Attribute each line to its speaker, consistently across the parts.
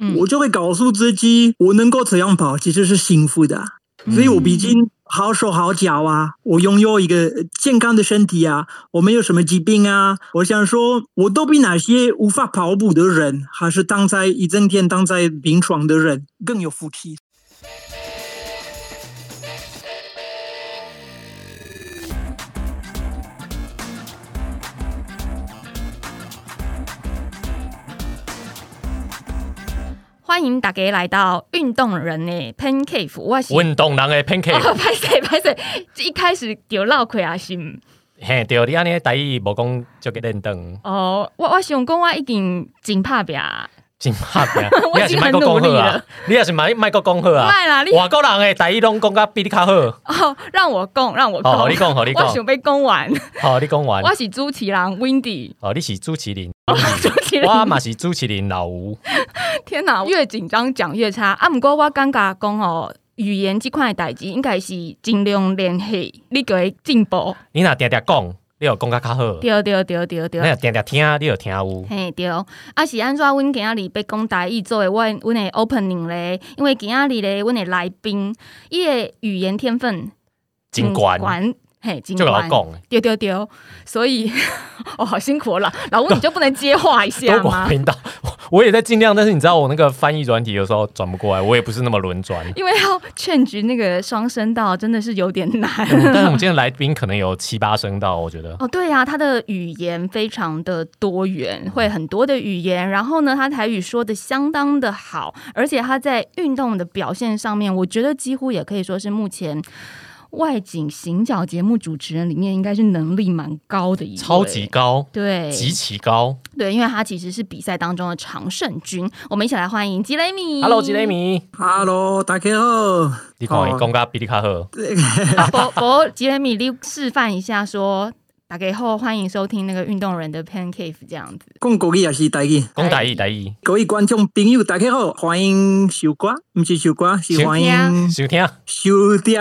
Speaker 1: 嗯
Speaker 2: 我就会告诉自己，我能够这样跑，其实是幸福的啊。所以我毕竟好手好脚啊，我拥有一个健康的身体啊，我没有什么疾病啊。我想说，我都比那些无法跑步的人，还是躺在一整天躺在病床的人更有福气。
Speaker 1: 欢迎大家来到运动人的 Pen Cave，我是。
Speaker 3: 运动人的 pancake，
Speaker 1: 哦，拍谁拍谁，一开始就绕开啊是
Speaker 3: 嘿，对，你安尼台语无讲就给认同，
Speaker 1: 哦，我我想讲我已经真怕拼啊，，
Speaker 3: 真拍拼
Speaker 1: 我
Speaker 3: 你
Speaker 1: 已
Speaker 3: 也
Speaker 1: 经
Speaker 3: 是
Speaker 1: 很
Speaker 3: 卖
Speaker 1: 努力
Speaker 3: 个讲好
Speaker 1: 了
Speaker 3: 啊，你也是卖卖个讲好啊
Speaker 1: 卖啦你，
Speaker 3: 外国人的台语拢讲甲比你较好，
Speaker 1: 哦，让我讲，让我
Speaker 3: 哦，
Speaker 1: 讲，
Speaker 3: 你讲，好，你
Speaker 1: 我
Speaker 3: 讲，
Speaker 1: 想被讲完，
Speaker 3: 好，你讲完
Speaker 1: 我，是主持人 Windy，
Speaker 3: 哦，你是主持 人，
Speaker 1: 主持人，
Speaker 3: 我嘛是主持人老吴，
Speaker 1: 天哪，越紧张讲越差。啊，毋过我感觉讲哦，语言即款的代志应该是尽量练习，你就会进步。
Speaker 3: 你若定定讲，你有讲甲较好，你
Speaker 1: 对对对对对。
Speaker 3: 若定定听，你有听有。
Speaker 1: 嘿对，啊是安怎？阮今仔日要讲台语作为阮阮的 opening 咧，因为今仔日咧，阮的来宾伊的语言天分
Speaker 3: 真悬，
Speaker 1: 悬，嘿，真
Speaker 3: 就老
Speaker 1: 嗯悬，
Speaker 3: 讲，
Speaker 1: 对对对，所以 哦，好辛苦了，老吴你就不能接话一 下
Speaker 3: 多
Speaker 1: 吗
Speaker 3: 广？频道，我我也在尽量，但是你知道我那个翻译软体有时候转不过来，我也不是那么轮转。
Speaker 1: 因为要劝局那个双声道真的是有点
Speaker 3: 嗯
Speaker 1: 难。
Speaker 3: 但是我们今天来宾可能有七八声道，我觉得。
Speaker 1: 哦，对呀、啊，他的语言非常的多元，会很多的语言。然后呢，他台语说的相当的好，而且他在运动的表现上面，我觉得几乎也可以说是目前外景行脚节目主持人里面，应该是能力蛮高的一位，
Speaker 3: 超级高，
Speaker 1: 对
Speaker 3: 极其高。
Speaker 1: 对，因为他其实是比赛当中的常胜军。我们一起来欢迎吉雷米
Speaker 3: Hello，吉雷，米，
Speaker 2: Hello，大家好。
Speaker 3: 你讲
Speaker 2: 哦
Speaker 3: 伊讲甲比你较
Speaker 1: 哎
Speaker 3: 好，
Speaker 1: 伯伯啊吉雷米，你示范一下说。打给后，欢迎收听那个运动人的 Pan Cave 这样子。
Speaker 2: 讲国语也是台语，
Speaker 3: 讲大意大意，
Speaker 2: 各位观众朋友，大家好，欢迎收看，不是收看，是
Speaker 3: 收
Speaker 2: 欢
Speaker 1: 听
Speaker 2: 迎
Speaker 3: 收听啊
Speaker 2: 收听。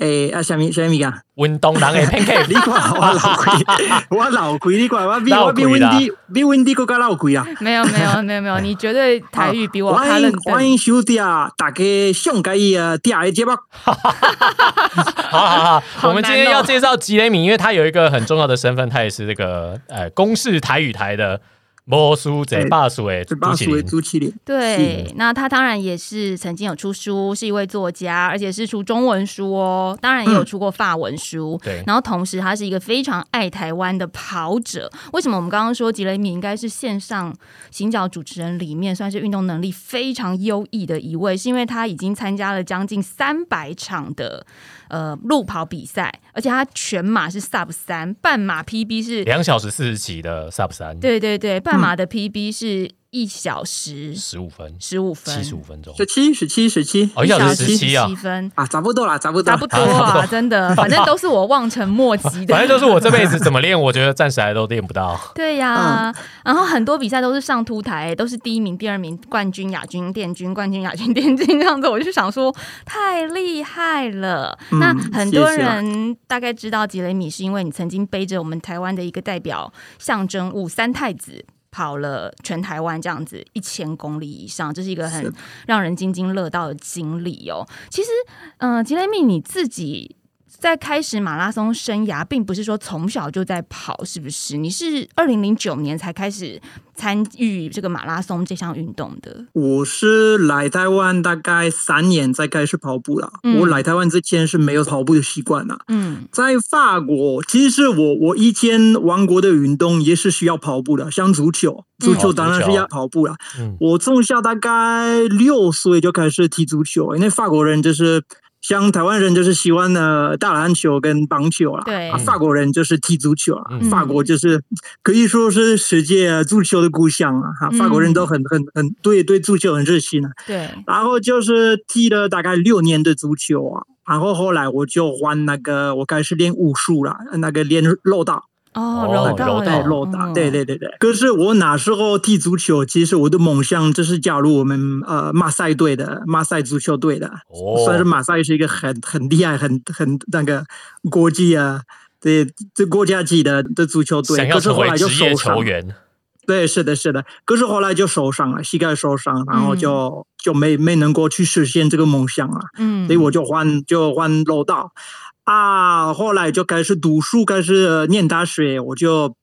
Speaker 2: 诶、啊，什么什么物啊？
Speaker 3: 运动 人的 pancake，
Speaker 2: 你看 我老贵， 我老贵，你看我比
Speaker 3: 老
Speaker 2: 我比
Speaker 3: 贵啦
Speaker 2: Windy 比 Windy 更加老贵啊！
Speaker 1: 没有没有没有没有，你绝对台语比我他
Speaker 2: 哦欢
Speaker 1: 认
Speaker 2: 迎
Speaker 1: 真。
Speaker 2: 欢迎收听大家上介意的第二个节目。
Speaker 3: 好好
Speaker 1: 好
Speaker 3: 好，我们今天
Speaker 1: 难哦
Speaker 3: 要介绍吉雷米，因为他有一个很重要的身份，他也是这个呃公视台语台的魔术者霸主的
Speaker 2: 这
Speaker 3: 主
Speaker 2: 把
Speaker 3: 持
Speaker 2: 属为
Speaker 3: 人。
Speaker 2: 朱启林，
Speaker 1: 对，那他当然也是曾经有出书，是一位作家，而且是出中文书哦，当然
Speaker 2: 嗯
Speaker 1: 也有出过法文书。
Speaker 3: 对
Speaker 1: 然后同时他是一个非常爱台湾的跑者。为什么我们刚刚说吉雷米应该是线上行脚主持人里面算是运动能力非常优异的一位？是因为他已经参加了将近三百场的呃路跑比赛，而且他全马是 sub 三，半马 PB 是
Speaker 3: 两小时四十几的 sub 三，
Speaker 1: 对对对，半
Speaker 3: 嗯
Speaker 1: 马的 PB 是一小时
Speaker 3: 十五分，
Speaker 1: 十五分，
Speaker 3: 七十五分钟
Speaker 2: 十，七十七十七
Speaker 3: 哦，一小时十七啊
Speaker 1: 七， 分，
Speaker 2: 啊，差不多啦，差不多
Speaker 1: 差
Speaker 2: 啦，
Speaker 1: 不多啊，真的，反正都是我望尘莫及的。
Speaker 3: 反正就是我这辈子怎么练，我觉得暂时还都练不到。
Speaker 1: 对呀、然后很多比赛都是上凸台，都是第一名、第二名、冠军、亚军、殿军、冠军、亚军、殿军这样子，我就想说太厉害了。
Speaker 2: 嗯
Speaker 1: 那很多
Speaker 2: 谢谢啊
Speaker 1: 人大概知道吉雷米，是因为你曾经背着我们台湾的一个代表象征物三太子。跑了全台湾这样子一千公里以上，这是一个很
Speaker 2: 是
Speaker 1: 让人津津乐道的经历哦。其实，嗯、吉雷米你自己在开始马拉松生涯，并不是说从小就在跑，是不是？你是二零零九年才开始参与这个马拉松这项运动的，
Speaker 2: 我是来台湾大概三年才开始跑步啦。
Speaker 1: 嗯
Speaker 2: 我来台湾之前是没有跑步的习惯啦。
Speaker 1: 嗯，
Speaker 2: 在法国，其实我我以前玩过的运动也是需要跑步的，像足球，足球
Speaker 3: 哦
Speaker 2: 当然
Speaker 3: 足
Speaker 2: 是
Speaker 3: 球
Speaker 2: 要跑步啦。
Speaker 3: 嗯
Speaker 2: 我从小大概六岁就开始踢足球，因为法国人就是像台湾人就是喜欢呃打篮球跟棒球啦，
Speaker 1: 对
Speaker 2: 啊，法国人就是踢足球啊，
Speaker 3: 嗯
Speaker 2: 法国就是可以说是世界足球的故乡啊，哈、
Speaker 1: 嗯
Speaker 2: 法国人都很很很对对足球很热心啊。
Speaker 1: 对，
Speaker 2: 然后就是踢了大概六年的足球啊，然后后来我就玩那个，我开始练武术啦，那个练柔道，
Speaker 1: 哦，
Speaker 3: 哦
Speaker 1: 柔道
Speaker 3: 柔
Speaker 2: 对
Speaker 3: 道
Speaker 2: 柔道，对，
Speaker 1: 哦
Speaker 2: 对对对。可是我那时候踢足球，其实我的梦想就是加入我们呃马赛队的马赛足球队的，
Speaker 3: 哦
Speaker 2: 算是马赛是一个很很厉害、很很那个国际啊。对，这国家级的的足球队，
Speaker 3: 哦想要
Speaker 2: 可是
Speaker 3: 成
Speaker 2: 后
Speaker 3: 为
Speaker 2: 来就
Speaker 3: 职
Speaker 2: 受
Speaker 3: 业
Speaker 2: 伤
Speaker 3: 球，员，
Speaker 2: 对，是的，是的。可是后来就受伤了，膝盖受伤，然后就、就没没能够去实现这个梦想了，
Speaker 1: 嗯，
Speaker 2: 所以我就换就换楼道啊。后来就开始读书，开始呃念大学，我就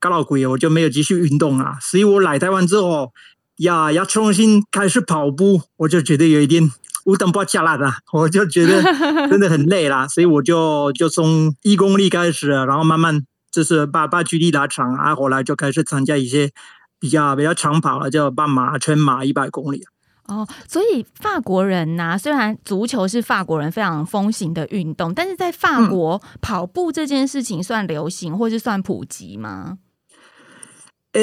Speaker 2: 搞老鬼，我就没有继续运动啊。所以我来台湾之后，呀要重新开始跑步，我就觉得有一点。乌等不下来的， 我就觉得真的很累啦，所以我就就从一公里开始，然后慢慢就是把把距离拉长啊，后来就开始参加一些比较比较长跑了，就半马、全马、一百公里。
Speaker 1: 哦，所以法国人呐、虽然足球是法国人非常风行的运动，但是在
Speaker 2: 嗯
Speaker 1: 法国、跑步这件事情算流行或是算普及吗？
Speaker 2: 呃，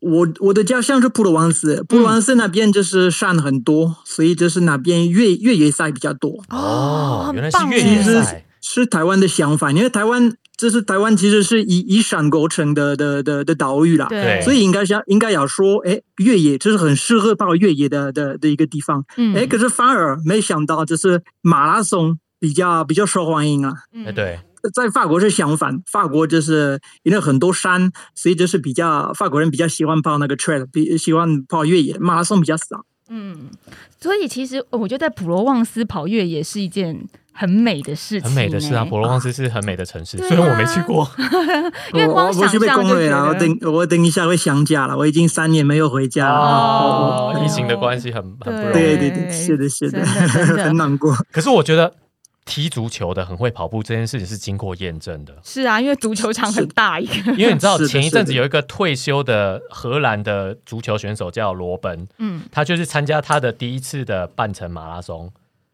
Speaker 2: 我我的家乡是普罗旺斯，普罗旺斯那边就是山很多，所以就是那边越越野赛比较多。
Speaker 3: 哦，
Speaker 1: 很
Speaker 3: 原来是
Speaker 1: 棒
Speaker 3: 越
Speaker 1: 耶
Speaker 3: 野赛，
Speaker 2: 是台湾的相反，因为台湾就是台湾其实是以以山构成的的的的岛屿啦，
Speaker 3: 对
Speaker 2: 所以应该想应该要说，哎，越野这是很适合跑越野的的的一个地方。
Speaker 1: 嗯
Speaker 2: 哎、可是反而没想到，就是马拉松比较比较受欢迎啊。
Speaker 3: 哎
Speaker 1: 嗯，
Speaker 3: 对，
Speaker 2: 在法国是相反，法国就是因为很多山，所以就是比较法国人比较喜欢跑那个 trail，比喜欢跑越野，马拉松比较少。
Speaker 1: 嗯，所以其实我觉得在普罗旺斯跑越野是一件很美的事情、
Speaker 3: 很美的事啊，
Speaker 1: 哎
Speaker 3: 普罗旺斯是很美的城市，
Speaker 1: 对啊
Speaker 3: 虽然我没去过，
Speaker 1: 因为
Speaker 2: 我
Speaker 1: 光
Speaker 2: 我
Speaker 1: 想
Speaker 2: 我去被
Speaker 1: 象
Speaker 2: 攻
Speaker 1: 就
Speaker 2: 略
Speaker 1: 觉
Speaker 2: 了，我
Speaker 1: 得
Speaker 2: 等我等一下会想家了，我已经三年没有回家了。
Speaker 1: 哦
Speaker 3: 疫情的关系很很不容易。
Speaker 2: 对对对，是的，是的，
Speaker 1: 真的真的，
Speaker 2: 很难过。
Speaker 3: 可是我觉得踢足球的很会跑步这件事情是经过验证的
Speaker 1: 是啊，因为足球场很大一个，
Speaker 3: 因为你知道
Speaker 2: 是的
Speaker 3: 前一
Speaker 2: 是的
Speaker 3: 阵子有一个退休的荷兰的足球选手叫罗本，
Speaker 1: 嗯，
Speaker 3: 他就是参加他的第一次的半程马拉松，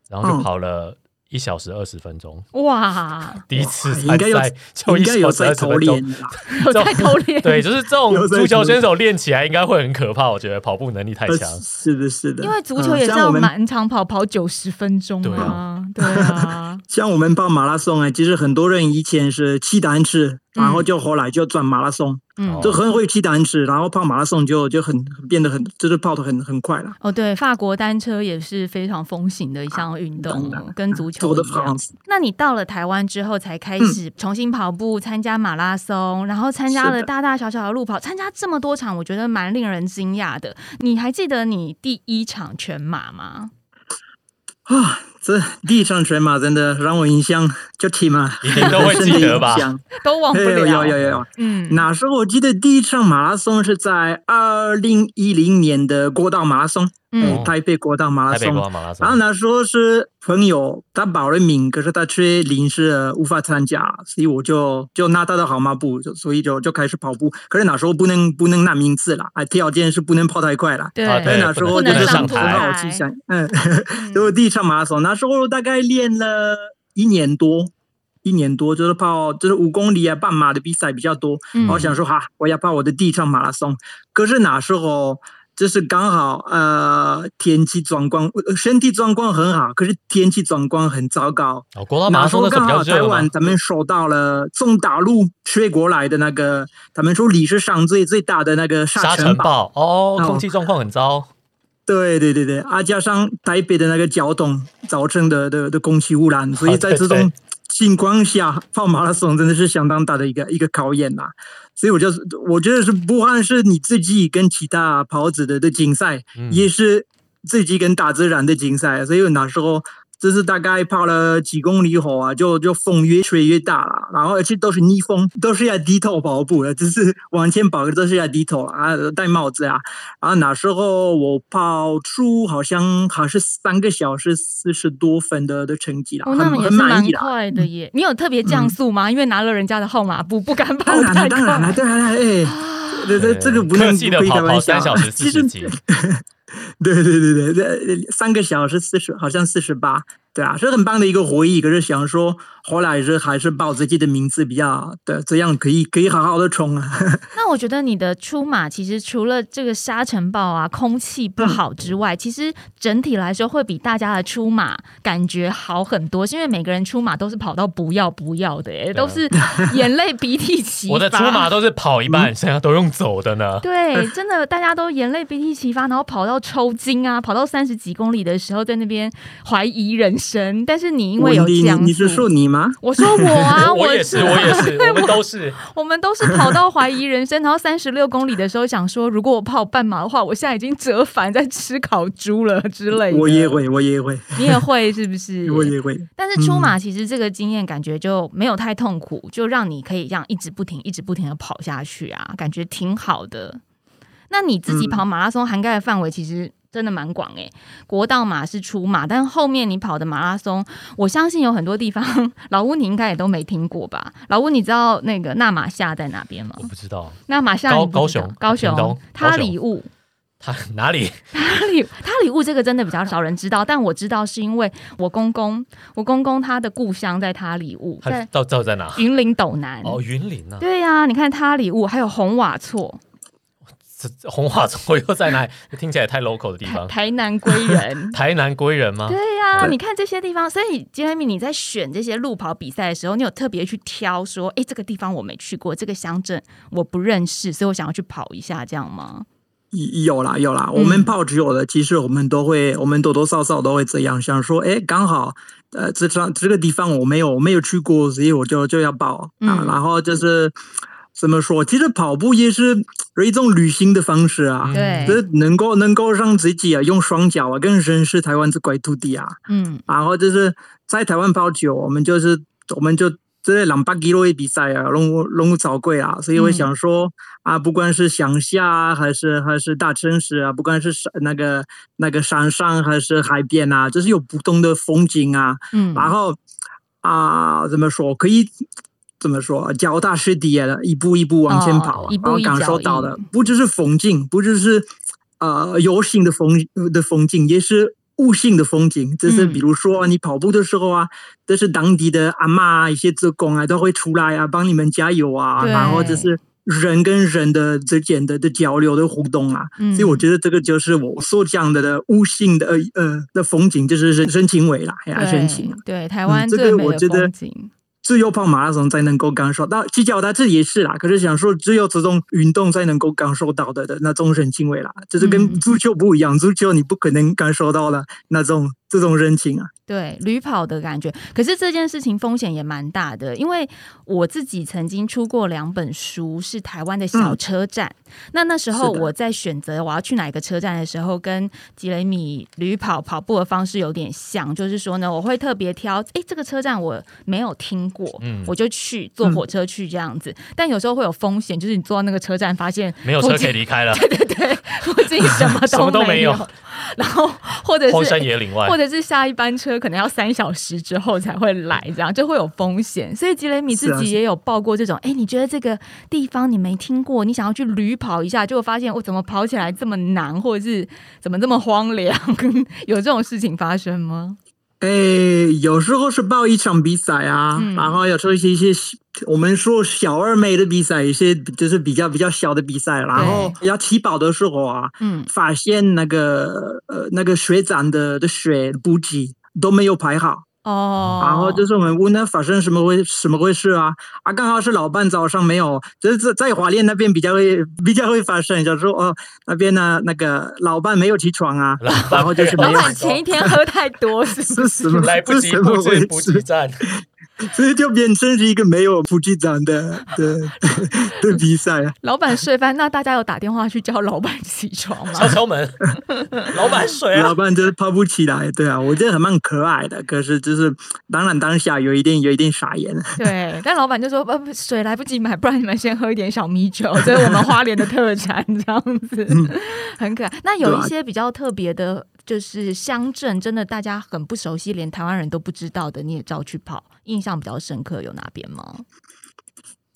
Speaker 3: 然后就
Speaker 2: 嗯
Speaker 3: 跑了一小时二十分钟，
Speaker 1: 哇，
Speaker 3: 第一次
Speaker 2: 应
Speaker 3: 参
Speaker 2: 该有
Speaker 3: 赛就一
Speaker 2: 应该有
Speaker 3: 小时
Speaker 2: 在
Speaker 3: 二十
Speaker 2: 头
Speaker 3: 分
Speaker 2: 脸
Speaker 3: 钟。
Speaker 2: 的啦，
Speaker 1: 有在偷练，
Speaker 3: 对，就是这种
Speaker 2: 有在
Speaker 3: 足球
Speaker 2: 头脸
Speaker 3: 选手练起来应该会很可怕，我觉得跑步能力太
Speaker 2: 呃
Speaker 3: 强。
Speaker 2: 是的，是的。
Speaker 1: 因为足球也
Speaker 2: 嗯
Speaker 1: 是
Speaker 2: 像
Speaker 1: 要
Speaker 2: 我们
Speaker 1: 满场跑，跑九十分钟
Speaker 3: 对
Speaker 1: 啊，对啊，
Speaker 2: 像我们报马拉松啊，其实很多人以前是骑单车，然后就后来就转马拉松，
Speaker 1: 嗯
Speaker 3: 哦。
Speaker 2: 就很会骑单车，然后跑马拉松就就很变得很就是跑得很很快了，
Speaker 1: 哦，对，法国单车也是非常风行的一项运
Speaker 2: 当
Speaker 1: 动
Speaker 2: 然，
Speaker 1: 跟足球
Speaker 2: 走的
Speaker 1: 一样。
Speaker 2: France。嗯
Speaker 1: 那你到了台湾之后，才开始重新跑步，参加马拉松，然后参加
Speaker 2: 是
Speaker 1: 了
Speaker 2: 的
Speaker 1: 大大小小的路跑，参加这么多场，我觉得蛮令人惊讶的。你还记得你第一场全马吗？
Speaker 2: 啊，这第一场全马真的让我印象就起嘛，
Speaker 3: 一定都会
Speaker 2: 很深的
Speaker 3: 记得 吧
Speaker 2: 印象
Speaker 1: 都忘不
Speaker 2: 对有
Speaker 1: 了。
Speaker 2: 有有有，
Speaker 1: 嗯，
Speaker 2: 那时候我记得第一场马拉松是在二零一零年的国道马拉松，
Speaker 1: 嗯
Speaker 2: 呃台北国道马拉
Speaker 3: 哦台北
Speaker 2: 松
Speaker 3: 国。马拉松
Speaker 2: 然后，那时候是朋友，他报了名，可是他却临时呃无法参加，所以我就就拿他的号码布，就所以就就开始跑步。可是那时候不能不能拿名次了，啊，条件是不能跑太快了。
Speaker 1: 对
Speaker 2: 所
Speaker 3: 啊
Speaker 2: 以
Speaker 3: 对
Speaker 2: 那时候
Speaker 1: 哎不
Speaker 2: 就
Speaker 1: 能
Speaker 2: 是
Speaker 1: 上
Speaker 2: 很
Speaker 1: 台
Speaker 2: 好奇想，嗯， 所以我第一场马拉松，那时候大概练了一年多，一年多就是跑就是五公里啊半马的比赛比较多。
Speaker 1: 嗯
Speaker 2: 我想说哈，我要跑我的第一场马拉松，可是那时候就是刚好呃天气状况，呃身体状况很好，可是天气状况很糟糕。
Speaker 3: 哦，国道马
Speaker 2: 那
Speaker 3: 拉
Speaker 2: 时
Speaker 3: 松
Speaker 2: 候
Speaker 3: 那时
Speaker 2: 刚
Speaker 3: 候比较
Speaker 2: 好台
Speaker 3: 热嘛
Speaker 2: 湾，咱们收到了从大陆吹过来的那个，他们说历史上最最大的那个
Speaker 3: 沙
Speaker 2: 尘
Speaker 3: 尘暴哦，
Speaker 2: 哦
Speaker 3: 空气状况很糟。
Speaker 2: 对对对对，啊，加上台北的那个交通造成的的的空气污染，所以在这
Speaker 3: 对对
Speaker 2: 种情况下跑马拉松真的是相当大的一个一个考验呐、所以我就是我觉得是不管是你自己跟其他跑者的的竞赛，
Speaker 3: 嗯
Speaker 2: 也是自己跟大自然的竞赛，所以我那时候。就是大概跑了几公里以后啊，就就风越吹越大了，然后而且都是逆风，都是要低头跑步的，只是往前跑都是要低头啊，戴帽子啊，啊，那时候我跑出好像还是三个小时四十多分的的成绩啦，
Speaker 1: 哦，那
Speaker 2: 很
Speaker 1: 么也
Speaker 2: 很
Speaker 1: 是
Speaker 2: 满
Speaker 1: 蛮
Speaker 2: 意啦。嗯
Speaker 1: 快的耶！你有特别降速吗？因为拿了人家的号码布，不敢跑
Speaker 2: 当然
Speaker 1: 太
Speaker 2: 了，当然了，
Speaker 1: 快。
Speaker 2: 当然了，哎，这这这个不
Speaker 3: 客
Speaker 2: 能
Speaker 3: 气
Speaker 2: 不
Speaker 3: 的
Speaker 2: 可以
Speaker 3: 跑
Speaker 2: 开
Speaker 3: 跑
Speaker 2: 玩
Speaker 3: 三
Speaker 2: 笑
Speaker 3: 小
Speaker 2: 啊。
Speaker 3: 时
Speaker 2: 其
Speaker 3: 四
Speaker 2: 实
Speaker 3: 十几，
Speaker 2: 对对对对对，这三个小时四十，好像四十八，对啊，是很棒的一个回忆。可是想说，后来是还是报自己的名字比较，对，这样可以可以好好的冲啊。
Speaker 1: 那我觉得你的出马其实除了这个沙尘暴啊、空气
Speaker 2: 嗯
Speaker 1: 不好之外，其实整体来说会比大家的出马感觉好很多，是因为每个人出马都是跑到不要不要的耶，
Speaker 3: 对啊
Speaker 1: 都是 眼泪鼻涕齐发。
Speaker 3: 我的出马都是跑一半，剩下都用走的呢。
Speaker 1: 对，真的，大家都眼泪鼻涕齐发，然后跑到抽筋啊，跑到三十几公里的时候，在那边怀疑人生，但是你 因
Speaker 2: 我
Speaker 1: 为有
Speaker 2: 你
Speaker 1: 江
Speaker 2: 你是说
Speaker 1: 苏，
Speaker 2: 你吗？
Speaker 1: 我说我啊，
Speaker 3: 我也是，我也是，我们都是。
Speaker 1: 我们都是跑到怀疑人生，然后三十六公里的时候想说，如果我跑半马的话，我现在已经折返在吃烤猪了之类的。
Speaker 2: 我也，会，我也会，
Speaker 1: 你也会是不 是？
Speaker 2: 我也会。
Speaker 1: 但是出
Speaker 3: 嗯
Speaker 1: 马其实这个经验感觉就没有太痛苦，就让你可以这样一直不停、一直不停的跑下去啊，感觉挺好的。那你自己跑
Speaker 3: 嗯
Speaker 1: 马拉松涵盖的范围其实真的蛮广诶、国道马是出马，但后面你跑的马拉松，我相信有很多地方 老吴你应该也都没听过吧？老吴，你知道那个纳马夏在哪边吗
Speaker 3: 我？不知道
Speaker 1: 纳马夏
Speaker 3: 高
Speaker 1: 你不知道
Speaker 3: 高雄
Speaker 1: 高
Speaker 3: 屏东
Speaker 1: 雄
Speaker 3: 高，
Speaker 1: 他
Speaker 3: 雄
Speaker 1: 礼物，
Speaker 3: 他哪里
Speaker 1: 他礼他礼物这个真的比较少人知道，但我知道是因为我公公，我公公他的故乡在他礼物，
Speaker 3: 他
Speaker 1: 在
Speaker 3: 到到底在哪？
Speaker 1: 云林斗南。
Speaker 3: 哦，云林啊，
Speaker 1: 对呀、你看他礼物还有红瓦厝，
Speaker 3: 这这红花左又在哪里？听起来太 local 的地
Speaker 1: 台
Speaker 3: 方。。
Speaker 1: 台南归 人
Speaker 3: 台南归人吗？
Speaker 1: 对呀、
Speaker 2: 啊对
Speaker 1: 你看这些地方，所以杰米，你在选这些路跑比赛的时候，你有特别去挑说，哎，这个地方我没去过，这个乡镇我不认识，所以我想要去跑一下，这样吗？
Speaker 2: 有啦有啦，我们报纸有的，其实我们都会，我们多多少少都会这样想说，哎，刚好，呃，这场这个地方我没有我没有去过，所以我就就要报啊。
Speaker 1: 嗯
Speaker 2: 然后就是怎么说，其实跑步也是有一种旅行的方式
Speaker 3: 嗯
Speaker 2: 啊，
Speaker 1: 对
Speaker 2: 这能够能够让自己啊用双脚啊更认识台湾这块土地啊。
Speaker 1: 嗯
Speaker 2: 然后就是在台湾跑久，我们就是我们就这两百 k 的比赛啊，龙龙早贵啊，所以我想说、啊，不管是乡下啊，还是还是大城市啊，不管是山那个那个山上还是海边啊，就是有不同的风景啊，
Speaker 1: 嗯，
Speaker 2: 然后啊，怎么说可以？怎么说？脚踏实地的，一步一步往前
Speaker 1: 哦
Speaker 2: 跑啊，
Speaker 1: 一步一
Speaker 2: 然后感
Speaker 1: 脚
Speaker 2: 受到
Speaker 1: 印
Speaker 2: 的不只是风景，不只是呃有形的风的风景，也是无形的风景。就是
Speaker 1: 嗯
Speaker 2: 比如说你跑步的时候啊，这是当地的阿嬷啊、一些职工啊都会出来啊，帮你们加油啊，然后就
Speaker 1: 对
Speaker 2: 是人跟人的之间的的交流的互动啊，
Speaker 1: 嗯
Speaker 2: 所以我觉得这个就是我所讲的的无形的呃呃的风景，就是人人情味啦，哎呀，人情啊。
Speaker 1: 嗯对对台湾
Speaker 2: 嗯这个
Speaker 1: 最美
Speaker 2: 我
Speaker 1: 的
Speaker 2: 觉得
Speaker 1: 风景，
Speaker 2: 只有跑马拉松才能够感受到，骑脚踏车也是啦。可是想说，只有这种运动才能够感受到的的那种人情味啦，就是
Speaker 1: 嗯
Speaker 2: 跟足球不一样，足球你不可能感受到的那种这种人情啊。
Speaker 1: 对，旅跑的感觉。可是这件事情风险也蛮大的，因为我自己曾经出过两本书，是台湾的
Speaker 3: 嗯
Speaker 1: 小车站。那那时候
Speaker 2: 是的
Speaker 1: 我在选择我要去哪一个车站的时候，跟吉雷米旅跑跑步的方式有点像，就是说呢，我会特别挑，诶，这个车站我没有听过，
Speaker 3: 嗯
Speaker 1: 我就去坐火车去这样子。但有时候会有风险，就是你坐到那个车站，发现
Speaker 3: 没有
Speaker 1: 附
Speaker 3: 车可以
Speaker 1: 近。
Speaker 3: 离开 了，
Speaker 1: 对对对，附近什么
Speaker 3: 什么
Speaker 1: 都
Speaker 3: 都没
Speaker 1: 没
Speaker 3: 有
Speaker 1: 有，然后或者是
Speaker 3: 荒山野岭外
Speaker 1: 或。者是下一班车可能要三小时之后才会来，这样就会有风险。所以吉雷米
Speaker 2: 是
Speaker 1: 自
Speaker 2: 啊
Speaker 1: 己也有报过这种，哎、你觉得这个地方你没听过，你想要去旅跑一下，结果发现我怎么跑起来这么难，或者是怎么这么荒凉， 有这种事情发生吗？
Speaker 2: 诶，哎有时候是报一场比赛啊，
Speaker 1: 嗯
Speaker 2: 然后有时候一些一些我们说小二妹的比赛，一些就是比较比较小的比赛，然后要起跑的时候啊，
Speaker 1: 嗯，
Speaker 2: 发现那个呃那个学长的的水补给都没有排好。
Speaker 1: 哦，
Speaker 2: 然后就是我们问他发生什么回什么回事啊？啊，刚好是老伴早上没有，就是在在华联那边比较会比较会发生，就说哦那边呢那个老伴没有起床啊，然后就是
Speaker 1: 老
Speaker 2: 没有
Speaker 1: 板前一天喝太多，是不
Speaker 2: 是什 么
Speaker 3: 来不及
Speaker 2: 是什么
Speaker 3: 布
Speaker 2: 回
Speaker 3: 置
Speaker 2: 事
Speaker 3: 补 给站，
Speaker 2: 所以就变成是一个没有补给站的的 的比赛啊。
Speaker 1: 老板睡翻，那大家有打电话去叫老板起床 吗？
Speaker 3: 敲 敲门，老板谁啊
Speaker 2: 老？伴就是跑不起来，对啊，我觉得还蛮可爱的，可是就是当然当下有一点有一点傻眼。
Speaker 1: 对，但老板就说：“呃，不水来不及买，不然你们先喝一点小米酒，这是我们花莲的特产， 这样子 很可爱。”那
Speaker 2: 嗯
Speaker 1: 有
Speaker 2: 对
Speaker 1: 一
Speaker 2: 啊
Speaker 1: 些比较特别的，就是乡镇，真的大家很不熟悉，连台湾人都不知道的，你也照去跑，印象比较深刻有哪边吗？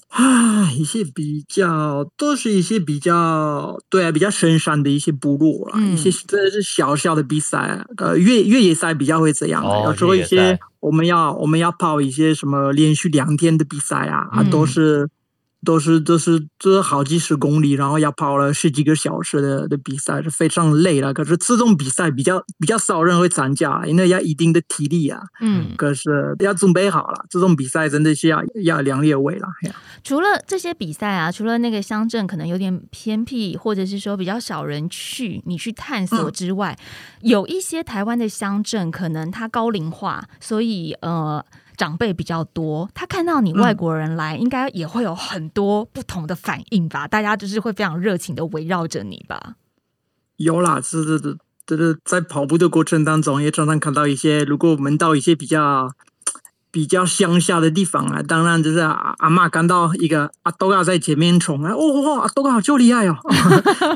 Speaker 2: 啊，一些比较都是一些比较对啊，比较深山的一些部落啦，一些
Speaker 3: 嗯
Speaker 2: 这是小小的比赛啊，呃，越越野赛比较会这样的，
Speaker 3: 哦
Speaker 2: 有时候
Speaker 3: 越
Speaker 2: 一
Speaker 3: 野
Speaker 2: 些
Speaker 3: 赛
Speaker 2: 我们要我们要跑一些什么连续两天的比赛啊，啊，都
Speaker 1: 嗯
Speaker 2: 是都是都是这好几十公里，然后要跑了十几个小时的的比赛，是非常累了。可是这种比赛比较比较少人会参加，因为要一定的体力啊。
Speaker 1: 嗯，
Speaker 2: 可是要准备好了，这种比赛真的是要要量力而为了。嘿啊
Speaker 1: 除了这些比赛啊，除了那个乡镇可能有点偏僻，或者是说比较少人去，你去探索之外，有一些台湾的乡镇可能它高龄化，所以呃。长辈比较多，他看到你外国人来，应该也会有很多不同的反应吧？大家就是会非常热情的围绕着你吧？
Speaker 2: 有啦，这这这这这在跑步的过程当中，也常常看到一些，如果我们到一些比较比较乡下的地方啊，当然就是阿阿妈看到一个阿多嘎在前面冲啊，哦哦哦，阿多嘎好就厉害哦，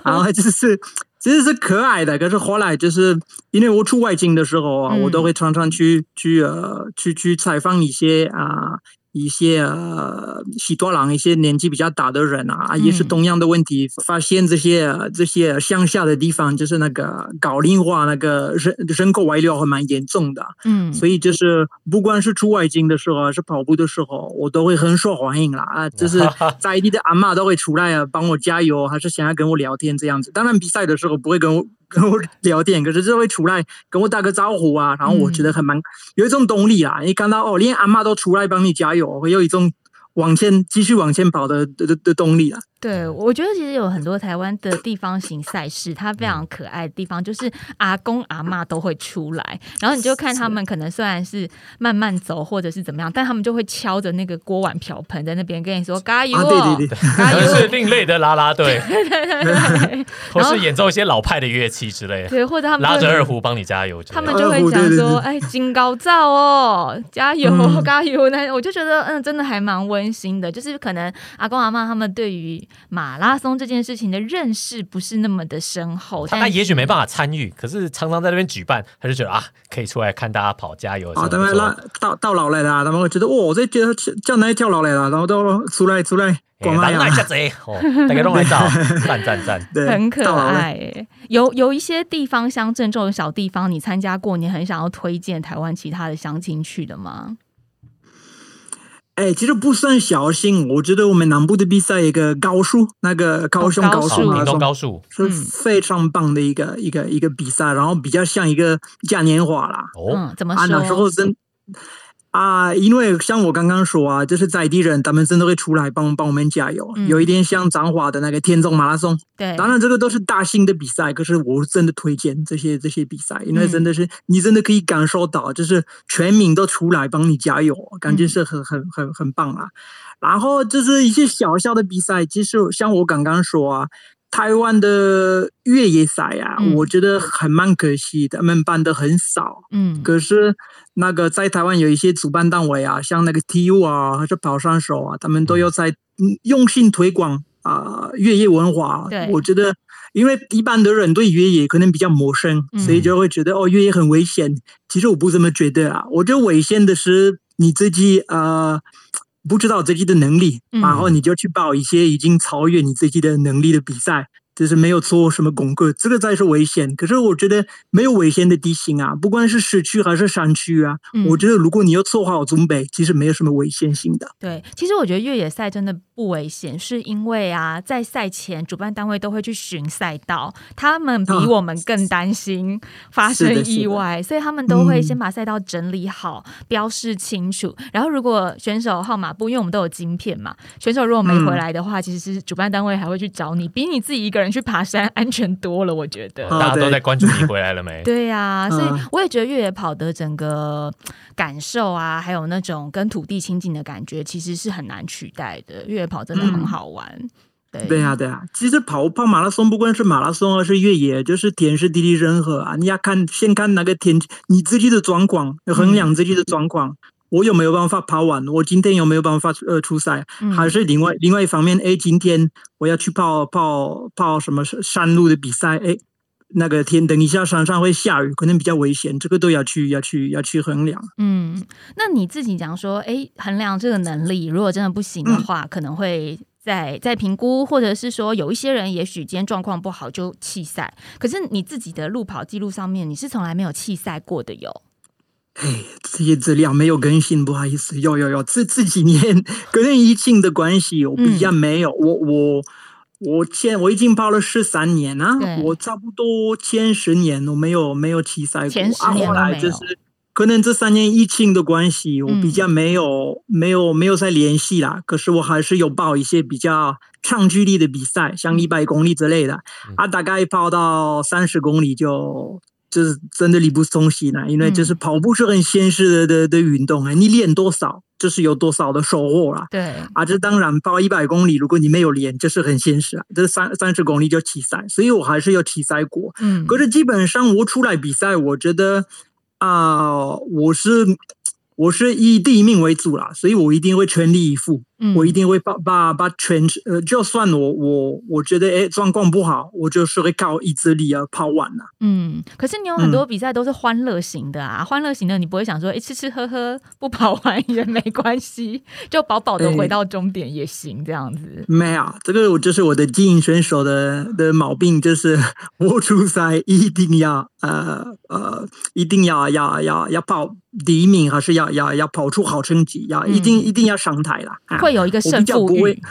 Speaker 2: 然后就是。 其实是可爱的，可是后来就是因为我出外景的时候啊，
Speaker 1: 嗯
Speaker 2: 我都会常常去去呃去去采访一些啊、一些呃喜多郎一些年纪比较大的人啊，也是
Speaker 1: 嗯
Speaker 2: 同样的问题，发现这些呃这些乡下的地方，就是那个高龄化，那个人人口外流还蛮严重的，
Speaker 1: 嗯，
Speaker 2: 所以就是不管是出外景的时候啊还是跑步的时候，我都会很受欢迎啦啊，就是在地的阿嬷都会出来啊帮我加油，还是想要跟我聊天这样子。当然比赛的时候不会跟我 跟我聊天，可是就会出来跟我打个招呼啊，然后我觉得很蛮有一种动力啦，你看到哦，连阿嬷都出来帮你加油，会有一种往前继续往前跑的的的的动力啦。
Speaker 1: 对，我觉得其实有很多台湾的地方型赛事，它非
Speaker 2: 嗯
Speaker 1: 常可爱的地方就是阿公阿嬷都会出来，然后你就看他们可能虽然是慢慢走或者是怎么样，但他们就会敲着那个锅碗瓢盆在那边跟你说加油、
Speaker 2: 啊，
Speaker 1: 哦，
Speaker 2: 对对对，
Speaker 1: 加
Speaker 3: 可能是
Speaker 1: 油，哦
Speaker 3: 另类的啦啦队，
Speaker 1: 对
Speaker 3: 或是演奏一些老派的乐器之类的，
Speaker 1: 对，或者他们
Speaker 3: 拉着
Speaker 1: 就会
Speaker 3: 二胡帮你加油之
Speaker 1: 他
Speaker 3: 类的。
Speaker 1: 们就会讲
Speaker 2: 哦对对
Speaker 1: 说：“
Speaker 2: 对
Speaker 1: 哎，金高照哦，加油，
Speaker 2: 嗯
Speaker 1: 加油！”哦那我就觉得，嗯，真的还蛮温馨的。就是可能阿公阿妈他们对于马拉松这件事情的认识不是那么的深厚，
Speaker 3: 他他
Speaker 1: 但
Speaker 3: 也许没办法参与，可是常常在那边举办，他就觉得啊，可以出来看大家跑，加油
Speaker 2: 啊，
Speaker 3: 什么哎
Speaker 2: 他
Speaker 3: 的。
Speaker 2: 们拉到到老来啦，他们会觉得哦，这叫叫哪一跳老来啦，然后都出来出来
Speaker 3: 哎
Speaker 2: 广来
Speaker 3: 人来
Speaker 2: 呀，
Speaker 3: 这贼哦， 大家都来照，赞赞赞！
Speaker 2: 对，
Speaker 1: 很可
Speaker 2: 到老赖
Speaker 1: 爱耶。有有一些地方乡镇这种小地方，你参加过，你很想要推荐台湾其他的乡亲去的吗？
Speaker 2: 哎，其实不算小心，我觉得我们南部的比赛有一个高速，那个高雄
Speaker 1: 哦高
Speaker 2: 高
Speaker 1: 速
Speaker 3: 好，
Speaker 2: 速马
Speaker 3: 屏
Speaker 2: 拉
Speaker 3: 东
Speaker 2: 松
Speaker 3: 高速
Speaker 2: 是
Speaker 1: 嗯
Speaker 2: 非常棒的一个一个一个比赛，然后比较像一个嘉年华啦。
Speaker 3: 哦，
Speaker 1: 嗯，怎么
Speaker 2: 啊，那时
Speaker 1: 说？
Speaker 2: 候真啊，因为像我刚刚说啊，就是在地人他们真的会出来帮帮我们加油，
Speaker 1: 嗯
Speaker 2: 有一点像彰化的那个天纵马拉松，
Speaker 1: 对，
Speaker 2: 当然，这个都是大型的比赛，可是我真的推荐这些这些比赛，因为
Speaker 1: 嗯
Speaker 2: 真的是、你真的可以感受到，就是全民都出来帮你加油，感觉
Speaker 1: 嗯
Speaker 2: 是很很很很棒啊。然后就是一些小小的比赛，其实像我刚刚说啊，台湾的越野赛啊，
Speaker 1: 嗯
Speaker 2: 我觉得还蛮可惜的，他们办的很少。
Speaker 1: 嗯
Speaker 2: 可是那个在台湾有一些主办单位啊，像那个 TU 啊，还是跑山手啊，他们都有在嗯用心推广啊、越野文化。
Speaker 1: 对
Speaker 2: 我觉得。因为一般的人对越野可能比较陌生，
Speaker 1: 嗯
Speaker 2: 所以就会觉得哦，越野很危险。其实我不这么觉得啊，我觉得危险的是你自己呃不知道自己的能力，
Speaker 1: 嗯
Speaker 2: 然后你就去报一些已经超越你自己的能力的比赛，就是没有做什么功课，这个才是危险。可是我觉得没有危险的地形啊，不管是市区还是山区啊，
Speaker 1: 嗯
Speaker 2: 我觉得如果你要做好准备，其实没有什么危险性的。
Speaker 1: 对，其实我觉得越野赛真的不危险，是因为啊，在赛前主办单位都会去巡赛道，他们比
Speaker 2: 嗯
Speaker 1: 我们更担心发
Speaker 2: 是的
Speaker 1: 生
Speaker 2: 是的
Speaker 1: 意外，所以他们都会
Speaker 2: 嗯
Speaker 1: 先把赛道整理好、标示清楚。然后，如果选手号码不，因为我们都有晶片嘛，选手如果没
Speaker 2: 嗯
Speaker 1: 回来的话，其实是主办单位还会去找你，比你自己一个人去爬山安全多了，我觉得。
Speaker 3: 大家都在关注你回来了没？
Speaker 1: 对呀、所以
Speaker 2: 嗯
Speaker 1: 我也觉得越野跑的整个感受啊，还有那种跟土地亲近的感觉，其实是很难取代的。越野跑真的很好玩，对
Speaker 2: 嗯对啊，对啊，其实跑跑马拉松，不管是马拉松还是越野，就是天时地利人和啊。你要看先看那个天，你自己的状况，衡
Speaker 1: 嗯
Speaker 2: 量自己的状况。我有没有办法跑完？我今天有没有办法呃出赛？
Speaker 1: 嗯
Speaker 2: 还是另外另外一方面，哎，今天我要去跑跑跑什么山路的比赛？哎，那个天等一下山上会下雨，可能比较危险，这个都要去要去要去衡量。
Speaker 1: 嗯，那你自己讲说，哎，衡量这个能力，如果真的不行的
Speaker 2: 嗯
Speaker 1: 话，可能会再再评估，或者是说，有一些人也许今天状况不好就弃赛，可是你自己的路跑记录上面，你是从来没有弃赛过的哟。
Speaker 2: 哎，这些资料没有更新，不好意思。有有有，这这几年可能疫情的关系，
Speaker 1: 嗯
Speaker 2: 我比较没有。我我我签，我已经报了十三年啊
Speaker 1: 对，
Speaker 2: 我差不多前十年我没有没有弃赛过。
Speaker 1: 前十年
Speaker 2: 啊、后
Speaker 1: 都
Speaker 2: 来
Speaker 1: 没
Speaker 2: 就
Speaker 1: 有嗯
Speaker 2: 是可能这三年疫情的关系，我比较没有、没有没有在联系啦。可是我还是有报一些比较长距离的比赛，
Speaker 1: 嗯
Speaker 2: 像一百公里之类的、
Speaker 3: 嗯
Speaker 2: 啊，大概跑到三十公里就就是真的力不从心了，因为就是跑步是很现实的的的运动啊，你练多少就是有多少的收获啦。
Speaker 1: 对，
Speaker 2: 啊，这当然跑一百公里，如果你没有练，这是很现实啊，这三三十公里就弃赛，所以我还是有弃赛过。
Speaker 1: 嗯，
Speaker 2: 可是基本上我出来比赛，我觉得啊、我是我是以第一名为主啦，所以我一定会全力以赴，
Speaker 1: 嗯
Speaker 2: 我一定会把把把全呃，就算我我我觉得哎状况不好，我就是会靠意志力啊跑完了。
Speaker 1: 嗯，可是你有很多比赛都是欢乐型的啊，欢乐型的你不会想说，哎、吃吃喝喝不跑完也没关系， 就饱饱的回到终点也行，这样子。
Speaker 2: 没有，这个我就是我的精英选手的的毛病，就是 我出赛一定要呃呃，一定要要要要跑第一名，还是要要要跑出好成绩，要一定、一定要上台啦。啊
Speaker 1: 会有一个
Speaker 2: 我
Speaker 1: 胜
Speaker 2: 比较
Speaker 1: 负
Speaker 2: 不会
Speaker 1: 欲，，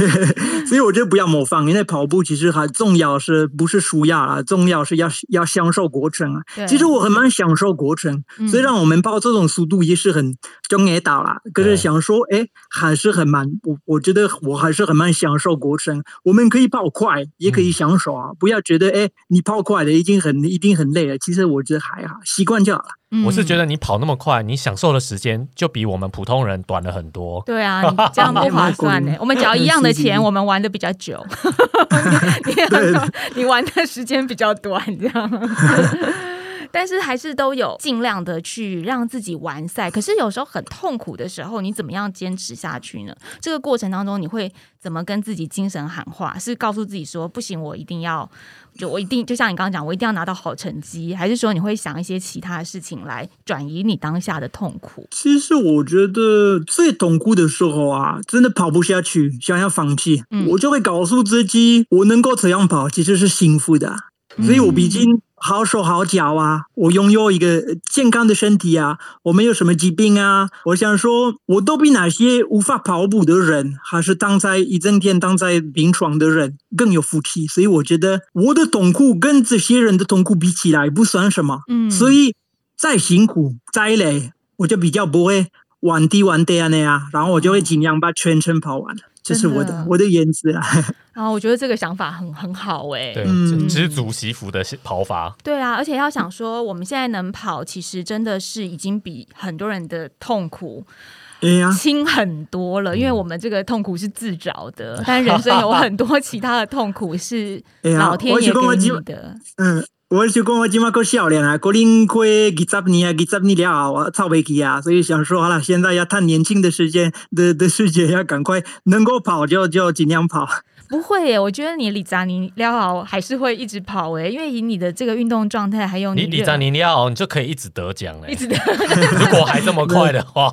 Speaker 2: 所以我觉得不要模仿，因为跑步其实还重要是不是输压啊，重要是要要享受过程啊。
Speaker 1: 对
Speaker 2: 其实我很蛮享受过程，
Speaker 1: 嗯
Speaker 2: 虽然我们跑这种速度也是很就挨打啦，可
Speaker 3: 对
Speaker 2: 是想说，哎，还是很蛮，我我觉得我还是很蛮享受过程。我们可以跑快，也
Speaker 1: 嗯
Speaker 2: 可以享受啊，不要觉得哎，你跑快了已经很一定很累了。其实我觉得还好，习惯就好了。
Speaker 3: 我是觉
Speaker 1: 得。
Speaker 3: 得你跑那么快，你享受的时间就比我们普通人短了很多。
Speaker 1: 对啊，你这样不划算欸呢、我们缴一样的钱，我们玩的比较久，你你玩的时间比较短，这样。 但是还是都有尽量的去让自己完赛。可是有时候很痛苦的时候，你怎么样坚持下去呢？这个过程当中，你会怎么跟自己精神喊话？是告诉自己说不行，我一定要，就我一定，就像你刚刚讲，我一定要拿到好成绩，还是说你会想一些其他的事情来转移你当下的痛苦？
Speaker 2: 其实我觉得最痛苦的时候啊，真的跑不下去，想要放弃，
Speaker 1: 嗯
Speaker 2: 我就会告诉自己，我能够这样跑，其实是幸福的啊。所以我毕竟好手好脚啊，我拥有一个健康的身体啊，我没有什么疾病啊。我想说，我都比那些无法跑步的人，还是当在一整天当在临床的人更有福气。所以我觉得我的痛苦跟这些人的痛苦比起来不算什么。
Speaker 1: 嗯
Speaker 2: 所以再辛苦再累，我就比较不会晚地晚地啊那样，然后我就会尽量把全程跑完。这是我
Speaker 1: 哦真的啊
Speaker 2: 的我的啊原则啦。
Speaker 1: 然后我觉得这个想法很很好哎、
Speaker 3: 对，
Speaker 2: 嗯
Speaker 3: 知足惜福的跑法，
Speaker 1: 对啊，而且要想说，我们现在能跑，其实真的是已经比很多人的痛苦
Speaker 2: 哎呀，
Speaker 1: 轻很多了，因
Speaker 3: 嗯
Speaker 1: 为我们这个痛苦是自找 的，但人生有很多其他的痛苦 是
Speaker 2: 哎呀
Speaker 1: 老天
Speaker 2: 我
Speaker 1: 爷
Speaker 2: 是
Speaker 1: 给
Speaker 2: 讲我
Speaker 1: 你
Speaker 2: 今
Speaker 1: 的。
Speaker 2: 嗯，我是讲我今麦够少年啊，可能过二十年啊，二十年了后我操不起啊，所以想说好了，现在要趁年轻的时间的的世界，要赶快 能够跑就就尽量跑。
Speaker 1: 不会耶，我觉得你李扎尼撩好还是会一直跑哎，因为以你的这个运动状态，
Speaker 2: 嗯
Speaker 1: 还有
Speaker 3: 你李
Speaker 1: 热
Speaker 3: 扎尼利奥，你就可以一直得奖 嘞
Speaker 1: 一。直的
Speaker 3: 如果还这么快 的话，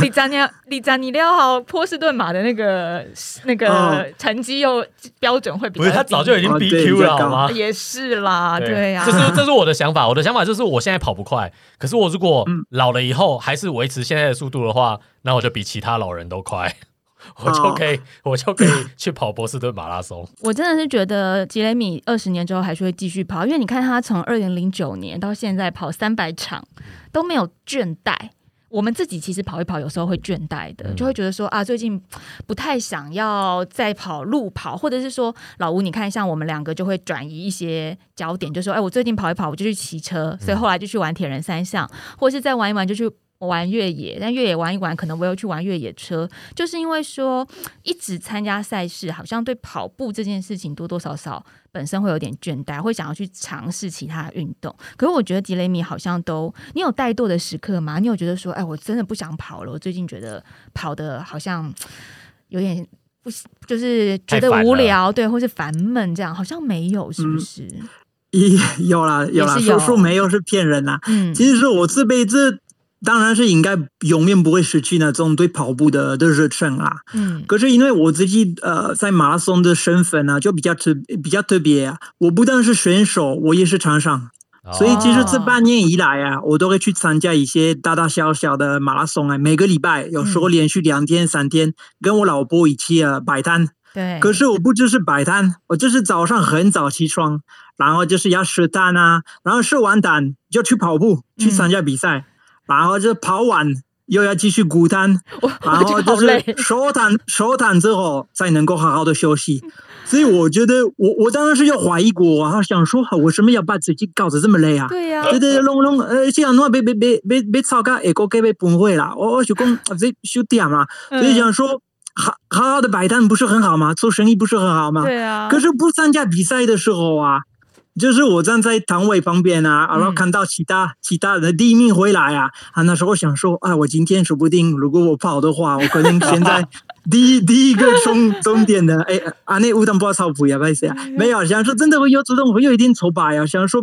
Speaker 1: 李扎尼李扎尼撩好波士顿马的那个那个
Speaker 2: 哦
Speaker 1: 成绩又标准会比
Speaker 3: 不
Speaker 1: 较
Speaker 3: 是他早就已经
Speaker 2: 哦对啊
Speaker 3: BQ 了
Speaker 2: 比较
Speaker 3: 好
Speaker 2: 高
Speaker 3: 吗？
Speaker 1: 也是 啦，对啊呀、
Speaker 3: 这啊是这是我的想法。我的想法就是，我现在跑不快，可是我如果
Speaker 2: 嗯
Speaker 3: 老了以后还是维持现在的速度的话，那我就比其他老人都快， 我就
Speaker 2: 哦
Speaker 3: 可以，我就可以去跑波士顿马拉松。
Speaker 1: 我真的是觉得吉雷米二十年之后还是会继续跑，因为你看他从二零零九年到现在跑三百场都没有倦怠。我们自己其实跑一跑，有时候会倦怠的，
Speaker 3: 嗯
Speaker 1: 就会觉得说啊，最近不太想要再跑路跑，或者是说老吴，你看像我们两个就会转移一些焦点，就说哎，我最近跑一跑，我就去骑车，所以后来就去玩铁人三项，或是再玩一玩就去玩越野，但越野玩一玩，可能我又去玩越野车，就是因为说一直参加赛事，好像对跑步这件事情多多少少本身会有点倦怠，会想要去尝试其他的运动。可是我觉得迪雷米好像都，你有怠惰的时刻吗？你有觉得说，哎，我真的不想跑了，我最近觉得跑的好像有点。不喜，就是觉得
Speaker 3: 太烦了
Speaker 1: 无聊，
Speaker 2: 哎
Speaker 1: 对，或是烦闷，这样好像没有，是不是？
Speaker 2: 咦，有啦有啦，
Speaker 1: 也是有
Speaker 2: 说说没有是骗人啦。
Speaker 1: 嗯，
Speaker 2: 其实是我这辈子当然是应该永远不会失去那种对跑步的的热忱啦。
Speaker 1: 嗯，
Speaker 2: 可是因为我自己呃在马拉啊松的身份呢、就比较特比较特别啊，我不但是选手，我也是常上。所以其实这
Speaker 1: 哦
Speaker 2: 半年以来啊，我都会去参加一些大大小小的马拉松啊，每个礼拜有时候连续两天、三天，跟我老婆一起啊摆摊。
Speaker 1: 对，
Speaker 2: 可是我不只是摆摊，我就是早上很早起床，然后就是要吃蛋啊，然后吃完蛋就去跑步，去参加比赛，然后就跑完又要继续鼓摊，
Speaker 1: 我
Speaker 2: 然
Speaker 1: 我觉
Speaker 2: 后
Speaker 1: 得好
Speaker 2: 就
Speaker 1: 累
Speaker 2: 是手躺手躺之后才能够好好的休息。所以我觉得我我当时有怀疑过，然后想说我为什么要把自己搞得这么累啊？
Speaker 1: 对呀、
Speaker 2: 对对，弄弄，呃，这样的话，别别别别别吵架，下个给别崩溃啦。我我想讲，啊这休点嘛，所以
Speaker 1: 嗯
Speaker 2: 想说，好好好的摆摊不是很好吗？做生意不是很好吗？
Speaker 1: 对啊，
Speaker 2: 可是不参加比赛的时候啊，就是我站在摊位旁边啊，然后
Speaker 1: 嗯
Speaker 2: 看到其他其他的第一名回来啊，啊，那时候想说，啊，我今天说不定如果我跑的话，我可能现在 第一第一个冲终点的，哎，啊，那乌当不靠谱呀，不好意思呀，啊
Speaker 1: 嗯
Speaker 2: 没有，想说真的会有主动会有一定挫败啊，想说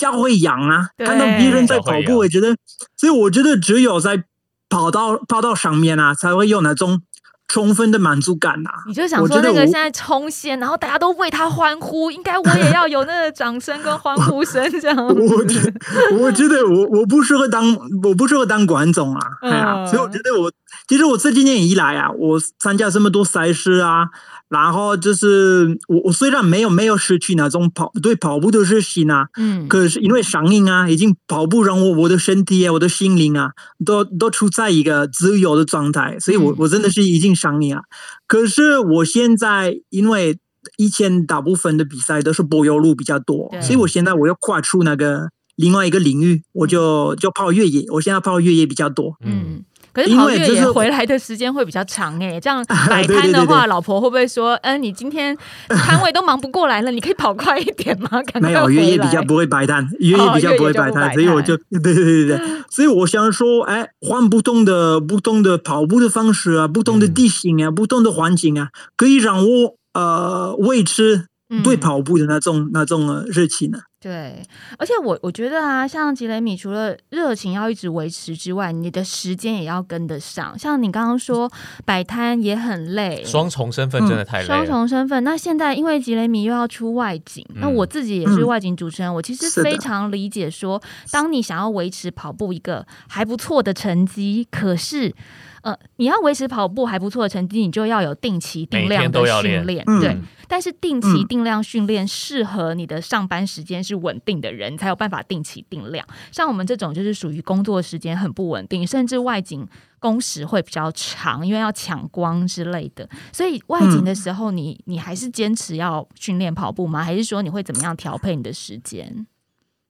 Speaker 2: 要会痒啊，
Speaker 1: 对
Speaker 2: 看到别人在
Speaker 3: 要
Speaker 2: 跑
Speaker 3: 会
Speaker 2: 步，我觉得，所以我觉得只有在跑道跑道上面啊，才会有那种充分的满足感啊。
Speaker 1: 你就想
Speaker 2: 我
Speaker 1: 说
Speaker 2: 觉得
Speaker 1: 那个
Speaker 2: 我
Speaker 1: 现在冲线，然后大家都为他欢呼，应该我也要有那个掌声跟欢呼声这 样
Speaker 2: 我觉
Speaker 1: 子。
Speaker 2: 我觉得我我不适合当我不适合当管总啊，
Speaker 1: 嗯
Speaker 2: 哎呀，所以我觉得我其实我这几年以来啊，我参加这么多赛事啊，然后就是我我虽然没有没有失去那种跑对跑步的热情啊，
Speaker 1: 嗯，
Speaker 2: 可是因为上瘾啊，已经跑步让我我的身体啊，我的心灵啊，都都处在一个自由的状态，所以我
Speaker 1: 嗯
Speaker 2: 我真的是已经上瘾啊。可是我现在因为以前大部分的比赛都是柏油路比较多
Speaker 1: 对，
Speaker 2: 所以我现在我要跨出那个另外一个领域，我就就跑越野，我现在跑越野比较多。
Speaker 3: 嗯，
Speaker 1: 嗯，可是
Speaker 2: 因
Speaker 1: 跑
Speaker 2: 为
Speaker 1: 越
Speaker 2: 就
Speaker 1: 野
Speaker 2: 是啊
Speaker 1: 回来的时间会比较长 哎、这样摆
Speaker 2: 对
Speaker 1: 摊
Speaker 2: 对
Speaker 1: 的
Speaker 2: 对
Speaker 1: 话，
Speaker 2: 对
Speaker 1: 老婆会不会说，嗯、你今天摊位都忙不过来了，你可以跑快一点吗？ 赶
Speaker 2: 没
Speaker 1: 快
Speaker 2: 有
Speaker 1: 回
Speaker 2: 越野比
Speaker 1: 来
Speaker 2: 较不会摆摊，越野比较不会摆摊，
Speaker 1: 哦
Speaker 2: 所
Speaker 1: 越
Speaker 2: 以
Speaker 1: 野
Speaker 2: 我
Speaker 1: 就
Speaker 2: 就对对对对，所以我想说，哎，换不同的不同的跑步的方式啊，不同的
Speaker 3: 嗯
Speaker 2: 地形啊，不同的环境啊，可以让我呃维持对
Speaker 1: 嗯
Speaker 2: 跑步的那种、那种呃热情呢、
Speaker 1: 对，而且我我觉得啊，像吉雷米除了热情要一直维持之外，你的时间也要跟得上。像你刚刚说摆摊也很累，
Speaker 3: 双重身份真的太累
Speaker 1: 嗯双
Speaker 3: 了。
Speaker 1: 重身份。那现在因为吉雷米又要出外景，那
Speaker 3: 嗯
Speaker 1: 我自己也是
Speaker 2: 嗯
Speaker 1: 外景主持人，我其实
Speaker 2: 是的
Speaker 1: 非常理解说，当你想要维持跑步一个还不错的成绩，可是。呃，你要维持跑步还不错的成绩，你就要有定期定
Speaker 3: 每
Speaker 1: 量
Speaker 3: 天
Speaker 1: 的
Speaker 3: 都要
Speaker 1: 训
Speaker 3: 练
Speaker 1: 练，
Speaker 2: 嗯
Speaker 1: 对。但是定期
Speaker 2: 嗯
Speaker 1: 定量训练适合你的上班时间是稳定的人，才有办法定期定量。像我们这种就是属于工作时间很不稳定，甚至外景工时会比较长，因为要抢光之类的。所以外
Speaker 2: 嗯
Speaker 1: 景的时候你，你还是坚持要训练跑步吗？还是说你会怎么样调配你的时间？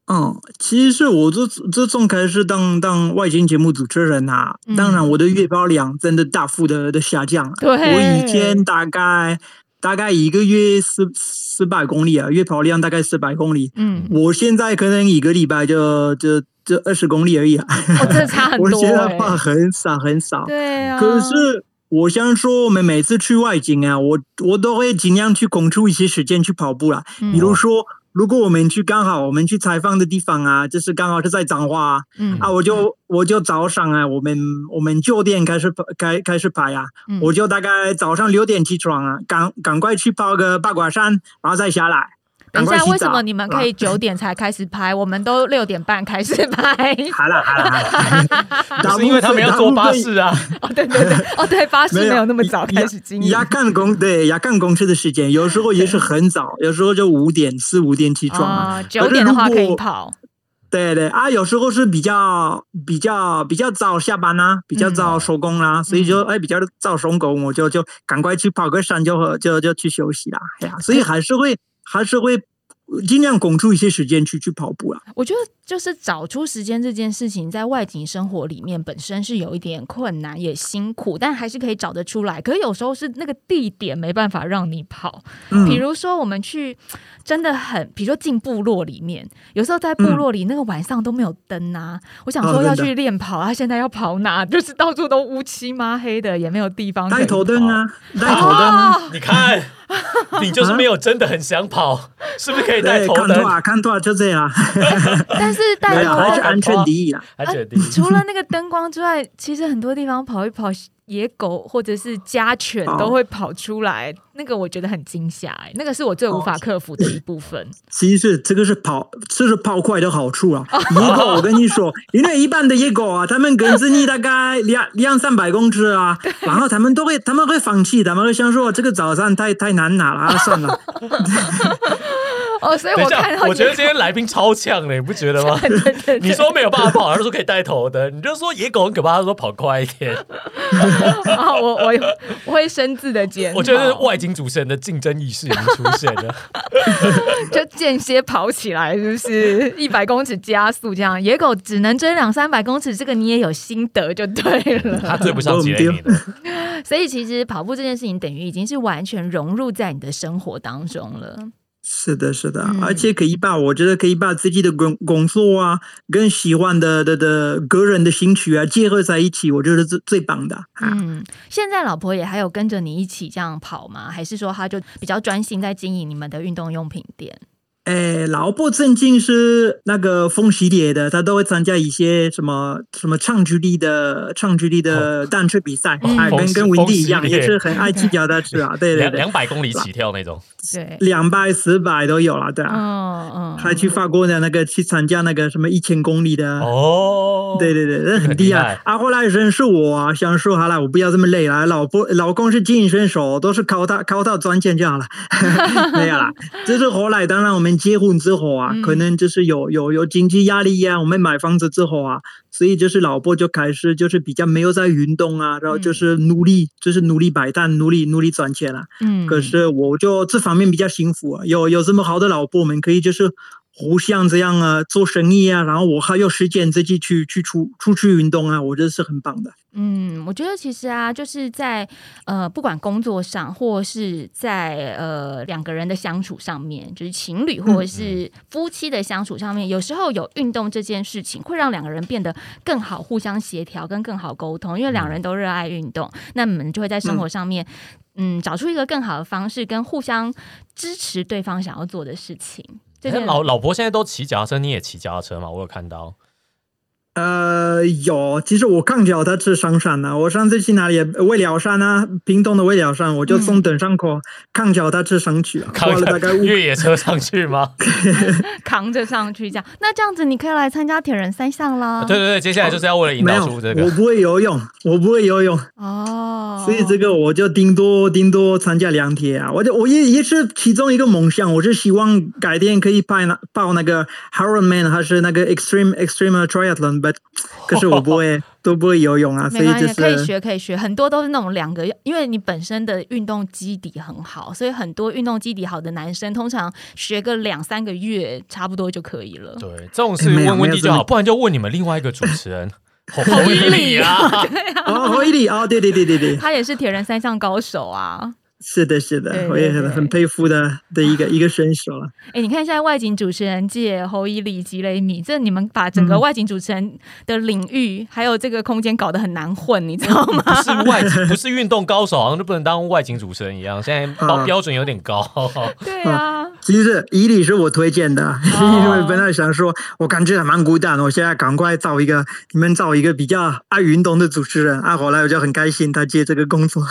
Speaker 2: 嗯，其实我自自从开始当当外景节目主持人啊，
Speaker 1: 嗯
Speaker 2: 当然我的月报量真的大幅的的下降啊。
Speaker 1: 对
Speaker 2: 我以前大概大概一个月四四百公里啊，月跑量大概四百公里。
Speaker 1: 嗯，
Speaker 2: 我现在可能一个礼拜就就就二十公里而已啊，
Speaker 1: 我、 真的差很
Speaker 2: 我
Speaker 1: 多、
Speaker 2: 现在
Speaker 1: 欸。
Speaker 2: 话很少很少。
Speaker 1: 对啊，
Speaker 2: 可是我想说，我们每次去外景啊，我我都会尽量去空出一些时间去跑步啦。
Speaker 1: 嗯
Speaker 2: 比如说，如果我们去刚好我们去采访的地方啊，就是刚好是在彰化啊，
Speaker 1: 嗯，
Speaker 2: 啊，我就我就早上啊，我们我们九点开始跑开开始爬呀、
Speaker 1: 嗯
Speaker 2: 我就大概早上六点起床啊，赶赶快去跑个八卦山，然后再下来。
Speaker 1: 等一
Speaker 2: 赶快啊
Speaker 1: 下，
Speaker 2: 洗
Speaker 1: 为什
Speaker 2: 澡
Speaker 1: 么你们可 以九点才开始拍，我们都六点半开始拍？
Speaker 2: 好了好了 好了，
Speaker 3: 不是因为他们要坐巴士啊，
Speaker 1: 哦，对对对，哦对，巴士
Speaker 2: 没有
Speaker 1: 没有那么早开始经营。
Speaker 2: 要看公对要看公车的时间，有时候也是很早，有时候就五点四五点起床啊。
Speaker 1: 啊，九点的话
Speaker 2: 可
Speaker 1: 可
Speaker 2: 是如
Speaker 1: 以
Speaker 2: 果
Speaker 1: 跑，
Speaker 2: 对对啊，有时候是比较比较比较早下班啊，比较早收工
Speaker 1: 嗯
Speaker 2: 啦、所以就哎比较早收工，我就就赶快去跑个山就就就去休息啦。哎呀，所以还是会还是会尽量拱出一些时间去去跑步啦。啊
Speaker 1: 我觉得就是找出时间这件事情，在外景生活里面本身是有一点困难，也辛苦，但还是可以找得出来。可是有时候是那个地点没办法让你跑，
Speaker 2: 嗯
Speaker 1: 比如说我们去真的很，比如说进部落里面，有时候在部落里那个晚上都没有灯啊，我想说
Speaker 2: 哦
Speaker 1: 要
Speaker 2: 嗯真的
Speaker 1: 去练跑啊，现在要跑哪？就是到处都乌漆嘛黑的，也没有地方可以
Speaker 2: 带头灯啊，
Speaker 1: 哦
Speaker 2: 带头灯啊。
Speaker 1: 跑。
Speaker 3: 你看，你就是没有真的很 想跑，是不是可以哎带
Speaker 2: 对，
Speaker 3: 头
Speaker 2: 看
Speaker 3: 灯
Speaker 2: 图？啊，看图啊，就这样啊，
Speaker 1: 但是带
Speaker 2: 对
Speaker 1: 头
Speaker 2: 啊，还
Speaker 1: 灯
Speaker 2: 是安全第一啊。
Speaker 3: 还决定
Speaker 1: 除了那个灯光之外，其实很多地方跑一跑，
Speaker 4: 野狗或者是家犬
Speaker 2: 哦
Speaker 4: 都会跑出来，那个我觉得很惊吓、欸，那个是我最无法克服的一部分。
Speaker 2: 其实这个是跑，这是跑快的好处啊。野狗，我跟你 说，因为一般的野狗啊，它们跟着你大概两两三百公尺啊，然后它们都会，它们会放弃，它们会想说这个早上太太难拿了 啊，算了。
Speaker 4: 哦，
Speaker 2: 哎
Speaker 4: 所以
Speaker 3: 等一
Speaker 4: 我看
Speaker 3: 下，
Speaker 4: 到
Speaker 3: 我觉得
Speaker 4: 野
Speaker 3: 今天来宾超呛的，你不觉得 吗？
Speaker 4: 对对
Speaker 3: 你
Speaker 4: 对，
Speaker 3: 说没有办法跑，他说可以带头的，你就说野狗很可怕，他说跑快一点。
Speaker 4: 然后哦我我我会深自的检讨，
Speaker 3: 我觉得是外景主持人的竞争意识已经出现 了。
Speaker 4: 就间歇跑起来，是不是 一百公尺加速这样？野狗只能追两三百公尺，这个你也有心得就对了。
Speaker 3: 他追不上吉 雷米的，
Speaker 1: 所以其实跑步这件事情，等于已经是完全融入在你的生活当中了。
Speaker 2: 是的，是的，
Speaker 1: 嗯
Speaker 2: 而且可以把我觉得可以把自己的工工作啊，跟喜欢的的的个人的兴趣啊结合在一起，我觉得最最棒的啊。
Speaker 1: 嗯，现在老婆也还有跟着你一起这样跑吗？还是说她就比较专心在经营你们的运动用品店？
Speaker 2: 诶，哎老婆曾经是那个风系列的，她都会参加一些什么什么长距离的长距离的单车比赛，
Speaker 3: 哦
Speaker 2: 哎，
Speaker 3: 风
Speaker 2: 跟
Speaker 3: 系
Speaker 2: 跟文迪一样，
Speaker 3: 风系列
Speaker 2: 也是很爱骑脚踏车 啊，对对
Speaker 3: 两
Speaker 2: 对
Speaker 3: 两，百公里起跳那种。
Speaker 4: 对，
Speaker 2: 两百、四百都有了，对
Speaker 3: 哦
Speaker 2: 啊，
Speaker 1: 嗯
Speaker 2: 还去法国的那个去参加那个什么一千公里的，
Speaker 3: 哦，
Speaker 2: 对对对，那
Speaker 3: 很
Speaker 2: 很
Speaker 3: 厉
Speaker 2: 厉
Speaker 3: 害
Speaker 2: 害。啊，后来认识我啊，想说好了，我不要这么累了。老婆老公是健身手，都是靠他靠他赚钱就好了， 没有啦。这是后来，当然我们结婚之后啊，可能就是有有有经济压力呀、我们买房子之后啊，所以就是老婆就开始就是比较没有在运动啊，然后就是努力、就是努力摆摊，努力努力赚钱了、啊
Speaker 1: 嗯
Speaker 2: 可是我就这方面比较幸福啊，有有这么好的老婆，我们可以就是互相这样啊做生意啊，然后我还有时间自己去去出出去运动啊，我觉得是很棒的。
Speaker 1: 嗯，我觉得其实啊，就是在呃，不管工作上，或是在呃两个人的相处上面，就是情侣或
Speaker 2: 嗯
Speaker 1: 者是夫妻的相处上面，有时候有运动这件事情，会让两个人变得更好，互相协调跟更好沟通，因为
Speaker 2: 嗯
Speaker 1: 两人都热爱运动，那你们就会在生活上面，嗯，找出一个更好的方式，跟互相支持对方想要做的事情。这
Speaker 3: 哎
Speaker 1: 件
Speaker 3: 老老婆现在都骑脚踏车，你也骑脚踏车嘛？我有看到。
Speaker 2: 呃，有，其实我刚脚踏车上山了、我上次去哪里？未了山啊，屏东的未了山，
Speaker 3: 嗯
Speaker 2: 我就从登山口扛脚踏车上去、啊，花
Speaker 3: 扛
Speaker 2: 了大概五
Speaker 3: 越野车上去吗？
Speaker 1: 扛着上去这样，那这样子你可以来参加铁人三项啦。
Speaker 2: 啊
Speaker 3: 对对对，接下来就是要为了引
Speaker 2: 没
Speaker 3: 导
Speaker 2: 有
Speaker 3: 出这，
Speaker 2: 我
Speaker 3: 个。
Speaker 2: 不会游泳，我不会游泳，
Speaker 1: 哦，
Speaker 2: 所以这个我就顶多顶多参加两天啊，我就我也也是其中一个梦想，我是希望改天可以拍那报那个 Ironman 还是那个 Extreme Extreme Triathlon，but 可是我不会都不会游泳啊，所
Speaker 1: 没
Speaker 2: 以
Speaker 1: 关
Speaker 2: 就
Speaker 1: 系，可以
Speaker 2: 是
Speaker 1: 学，可以学，很多都是那种两个，因为你本身的运动基底很好，所以很多运动基底好的男生，通常学个两三个月差不多就可以 了。
Speaker 3: 对，这
Speaker 2: 哎
Speaker 3: 种事问温蒂就好，不然就问你们另外一个主 持人侯一里啊。
Speaker 2: 哦，回力哦，对对对对 对，
Speaker 1: 他也是铁人三项高手啊！
Speaker 2: 是的是的
Speaker 1: 对，
Speaker 2: 我也
Speaker 1: 对
Speaker 2: 很
Speaker 1: 对
Speaker 2: 很佩服的的一个一个选手啊了。
Speaker 1: 哎，你看现在外景主持人界，侯以礼、吉雷米，这你们把整
Speaker 2: 嗯
Speaker 1: 个外景主持人的领域、还有这个空间搞得很难混，你知道 吗？
Speaker 3: 不是外景，不 是运动高手，好像就不能当外景主持人一样。现在标
Speaker 2: 啊
Speaker 3: 标准有点 高，
Speaker 1: 对啊，
Speaker 2: 其实伊里是我推荐
Speaker 1: 哦
Speaker 2: 的，因为本来想说，我感觉还蛮孤单的，我现在赶快找一个你们找一个比较爱运动的主持人啊，后来我就很开心他接这个工作。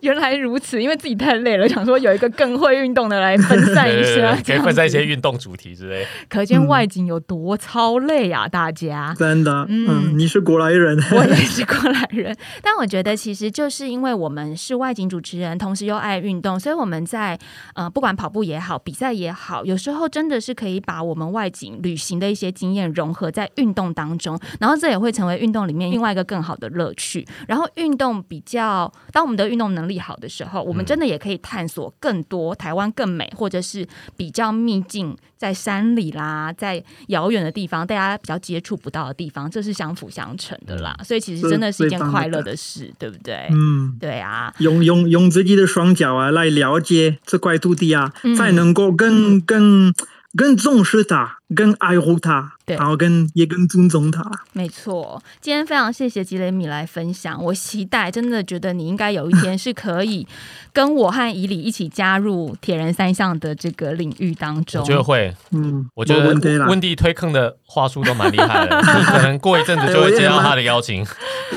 Speaker 4: 原来如此，因为自己太累了，想说有一个更会运动的来分散
Speaker 3: 对
Speaker 4: 一
Speaker 3: 对
Speaker 4: 下
Speaker 3: 对，，可以分散一些运动主题之类。
Speaker 4: 可见外景有多超累啊，大 家。
Speaker 2: 真的，
Speaker 1: 嗯
Speaker 2: 嗯，你是过来人，
Speaker 4: 我也是过来人，
Speaker 1: 但我觉得，其实就是因为我们是外景主持人，同时又爱运动，所以我们在呃，不管跑步也好，比赛也好，有时候真的是可以把我们外景旅行的一些经验融合在运动当中，然后这也会成为运动里面另外一个更好的乐趣。然后运动比较，当我们的运动能力好的时候，我们真的也可以探索更多台湾更美，或者是比较秘境，在山里啦，在遥远的地方，大家比较接触不到的地方，这是相辅相成的啦。所以其实真的是一件快乐的事，对不对？
Speaker 2: 嗯，
Speaker 1: 对啊，
Speaker 2: 用用用自己的双脚啊
Speaker 1: 嗯
Speaker 2: 来了解这块土地啊，才能够更更更重视它，更爱护它，
Speaker 1: 对
Speaker 2: 然后更也更尊重它。
Speaker 1: 没错，今天非常谢谢吉雷米来分享，我期待真的觉得你应该有一天是可以跟我和以里一起加入铁人三项的这个领域当中。
Speaker 3: 我觉得会，
Speaker 2: 嗯，
Speaker 3: 我觉
Speaker 2: 没
Speaker 3: 得
Speaker 2: 问题啦
Speaker 3: 温蒂推坑的话术都蛮厉 害的，你可能过一阵子就会接到他的邀请，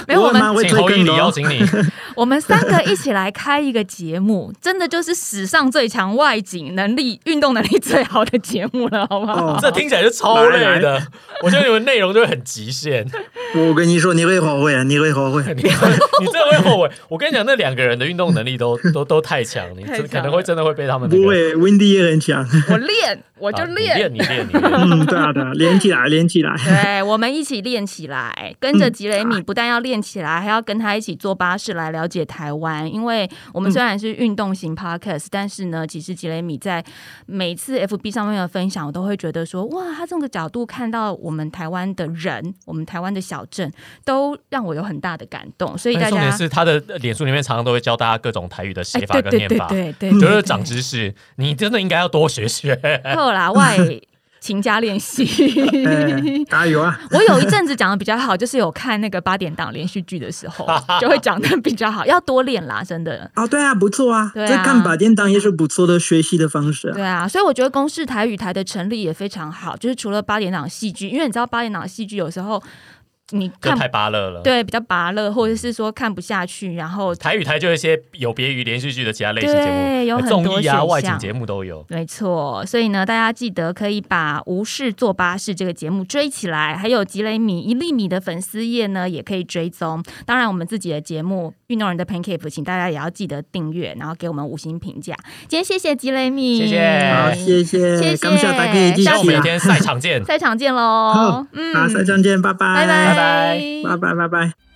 Speaker 4: 没有我们
Speaker 2: 哎也蛮会
Speaker 3: 请
Speaker 2: 推
Speaker 3: 侯
Speaker 2: 更
Speaker 3: 经
Speaker 2: 的
Speaker 3: 理
Speaker 2: 哦
Speaker 3: 邀请你，
Speaker 1: 我们三个一起来开一个节目，真的就是史上最强外景能力、运动能力最好的节目了，好不好？
Speaker 2: 哦
Speaker 3: 这听起来就超累
Speaker 2: 来
Speaker 3: 的。我觉得你们内容就会很极限，
Speaker 2: 我跟你说，你会后悔，啊你会后悔。
Speaker 3: 你你真的会后悔。 我跟你讲，那两个人的运动能 力都都都太强，你
Speaker 4: 太强
Speaker 3: 真
Speaker 4: 了
Speaker 3: 可能会真的会被他们那
Speaker 2: 不
Speaker 3: 个
Speaker 2: 会，Windy 也很强。
Speaker 4: 我练，我就
Speaker 3: 啊
Speaker 4: 练。
Speaker 3: 你练，你练，你 练。
Speaker 2: 嗯，对啊，对啊，连起来，连起 来。
Speaker 1: 对，我们一起练起来，跟着吉雷
Speaker 3: 嗯
Speaker 1: 米不但要练起来，还要跟他一起坐巴士来了解台湾。因为我
Speaker 3: 嗯
Speaker 1: 们虽然是运动型 podcast，、但是呢，其实吉雷米在每次 FB 上面的分享，我都会觉得说，哇，他这个角度看到我们台湾的人，我们台湾的小镇，都让我有很大的感动。所以
Speaker 3: 但
Speaker 1: 大
Speaker 3: 重点
Speaker 1: 家。
Speaker 3: 是他的脸书里面常常都会教大家各种台语的写法
Speaker 1: 对
Speaker 3: 跟
Speaker 1: 对
Speaker 3: 念
Speaker 1: 哎对
Speaker 3: 法，
Speaker 1: 对对，
Speaker 3: 觉
Speaker 1: 对
Speaker 3: 得长知识，你真的应该要多学 学。
Speaker 1: 后啦外勤加练习。
Speaker 2: 哎，加油啊！
Speaker 1: 我有一阵子讲的比较好，就是有看那个八点档连续剧的 时候，就会讲的比较好，要多练啦，真的。
Speaker 2: 啊，对啊，不错啊，
Speaker 1: 对啊
Speaker 2: 这看把电当也是不错的学习的方式啊。
Speaker 1: 对啊，所以我觉得公视台语台的成立也非常好，就是除了八点档戏剧，因为你知道八点档戏剧有时候你
Speaker 3: 就
Speaker 1: 看
Speaker 3: 太芭乐了。，
Speaker 1: 对比较拔乐，或者是说看不下去，然后
Speaker 3: 台语台就有一些有别于连续剧的其他类型节目，
Speaker 1: 对有很多
Speaker 3: 综艺
Speaker 1: 选
Speaker 3: 啊、
Speaker 1: 项
Speaker 3: 外景节目都有。
Speaker 1: 没错，所以呢，大家记得可以把《无事做巴士》这个节目追起来，还有吉雷米一粒米的粉丝页呢，也可以追踪。当然，我们自己的节目《运动人的 Pancake》，请大家也要记得订阅，然后给我们五星评价。今天谢谢吉雷米，
Speaker 3: 谢谢
Speaker 2: 好，谢谢，
Speaker 1: 谢谢
Speaker 2: 感谢大家继续
Speaker 3: 希
Speaker 1: 下
Speaker 3: 望
Speaker 1: 次
Speaker 3: 我们
Speaker 2: 啊
Speaker 3: 明。天赛场见。
Speaker 1: 赛场见
Speaker 2: 好
Speaker 1: 喽，，
Speaker 2: 好，再见，拜拜，
Speaker 1: 嗯拜拜
Speaker 3: 拜
Speaker 2: 拜拜，拜拜。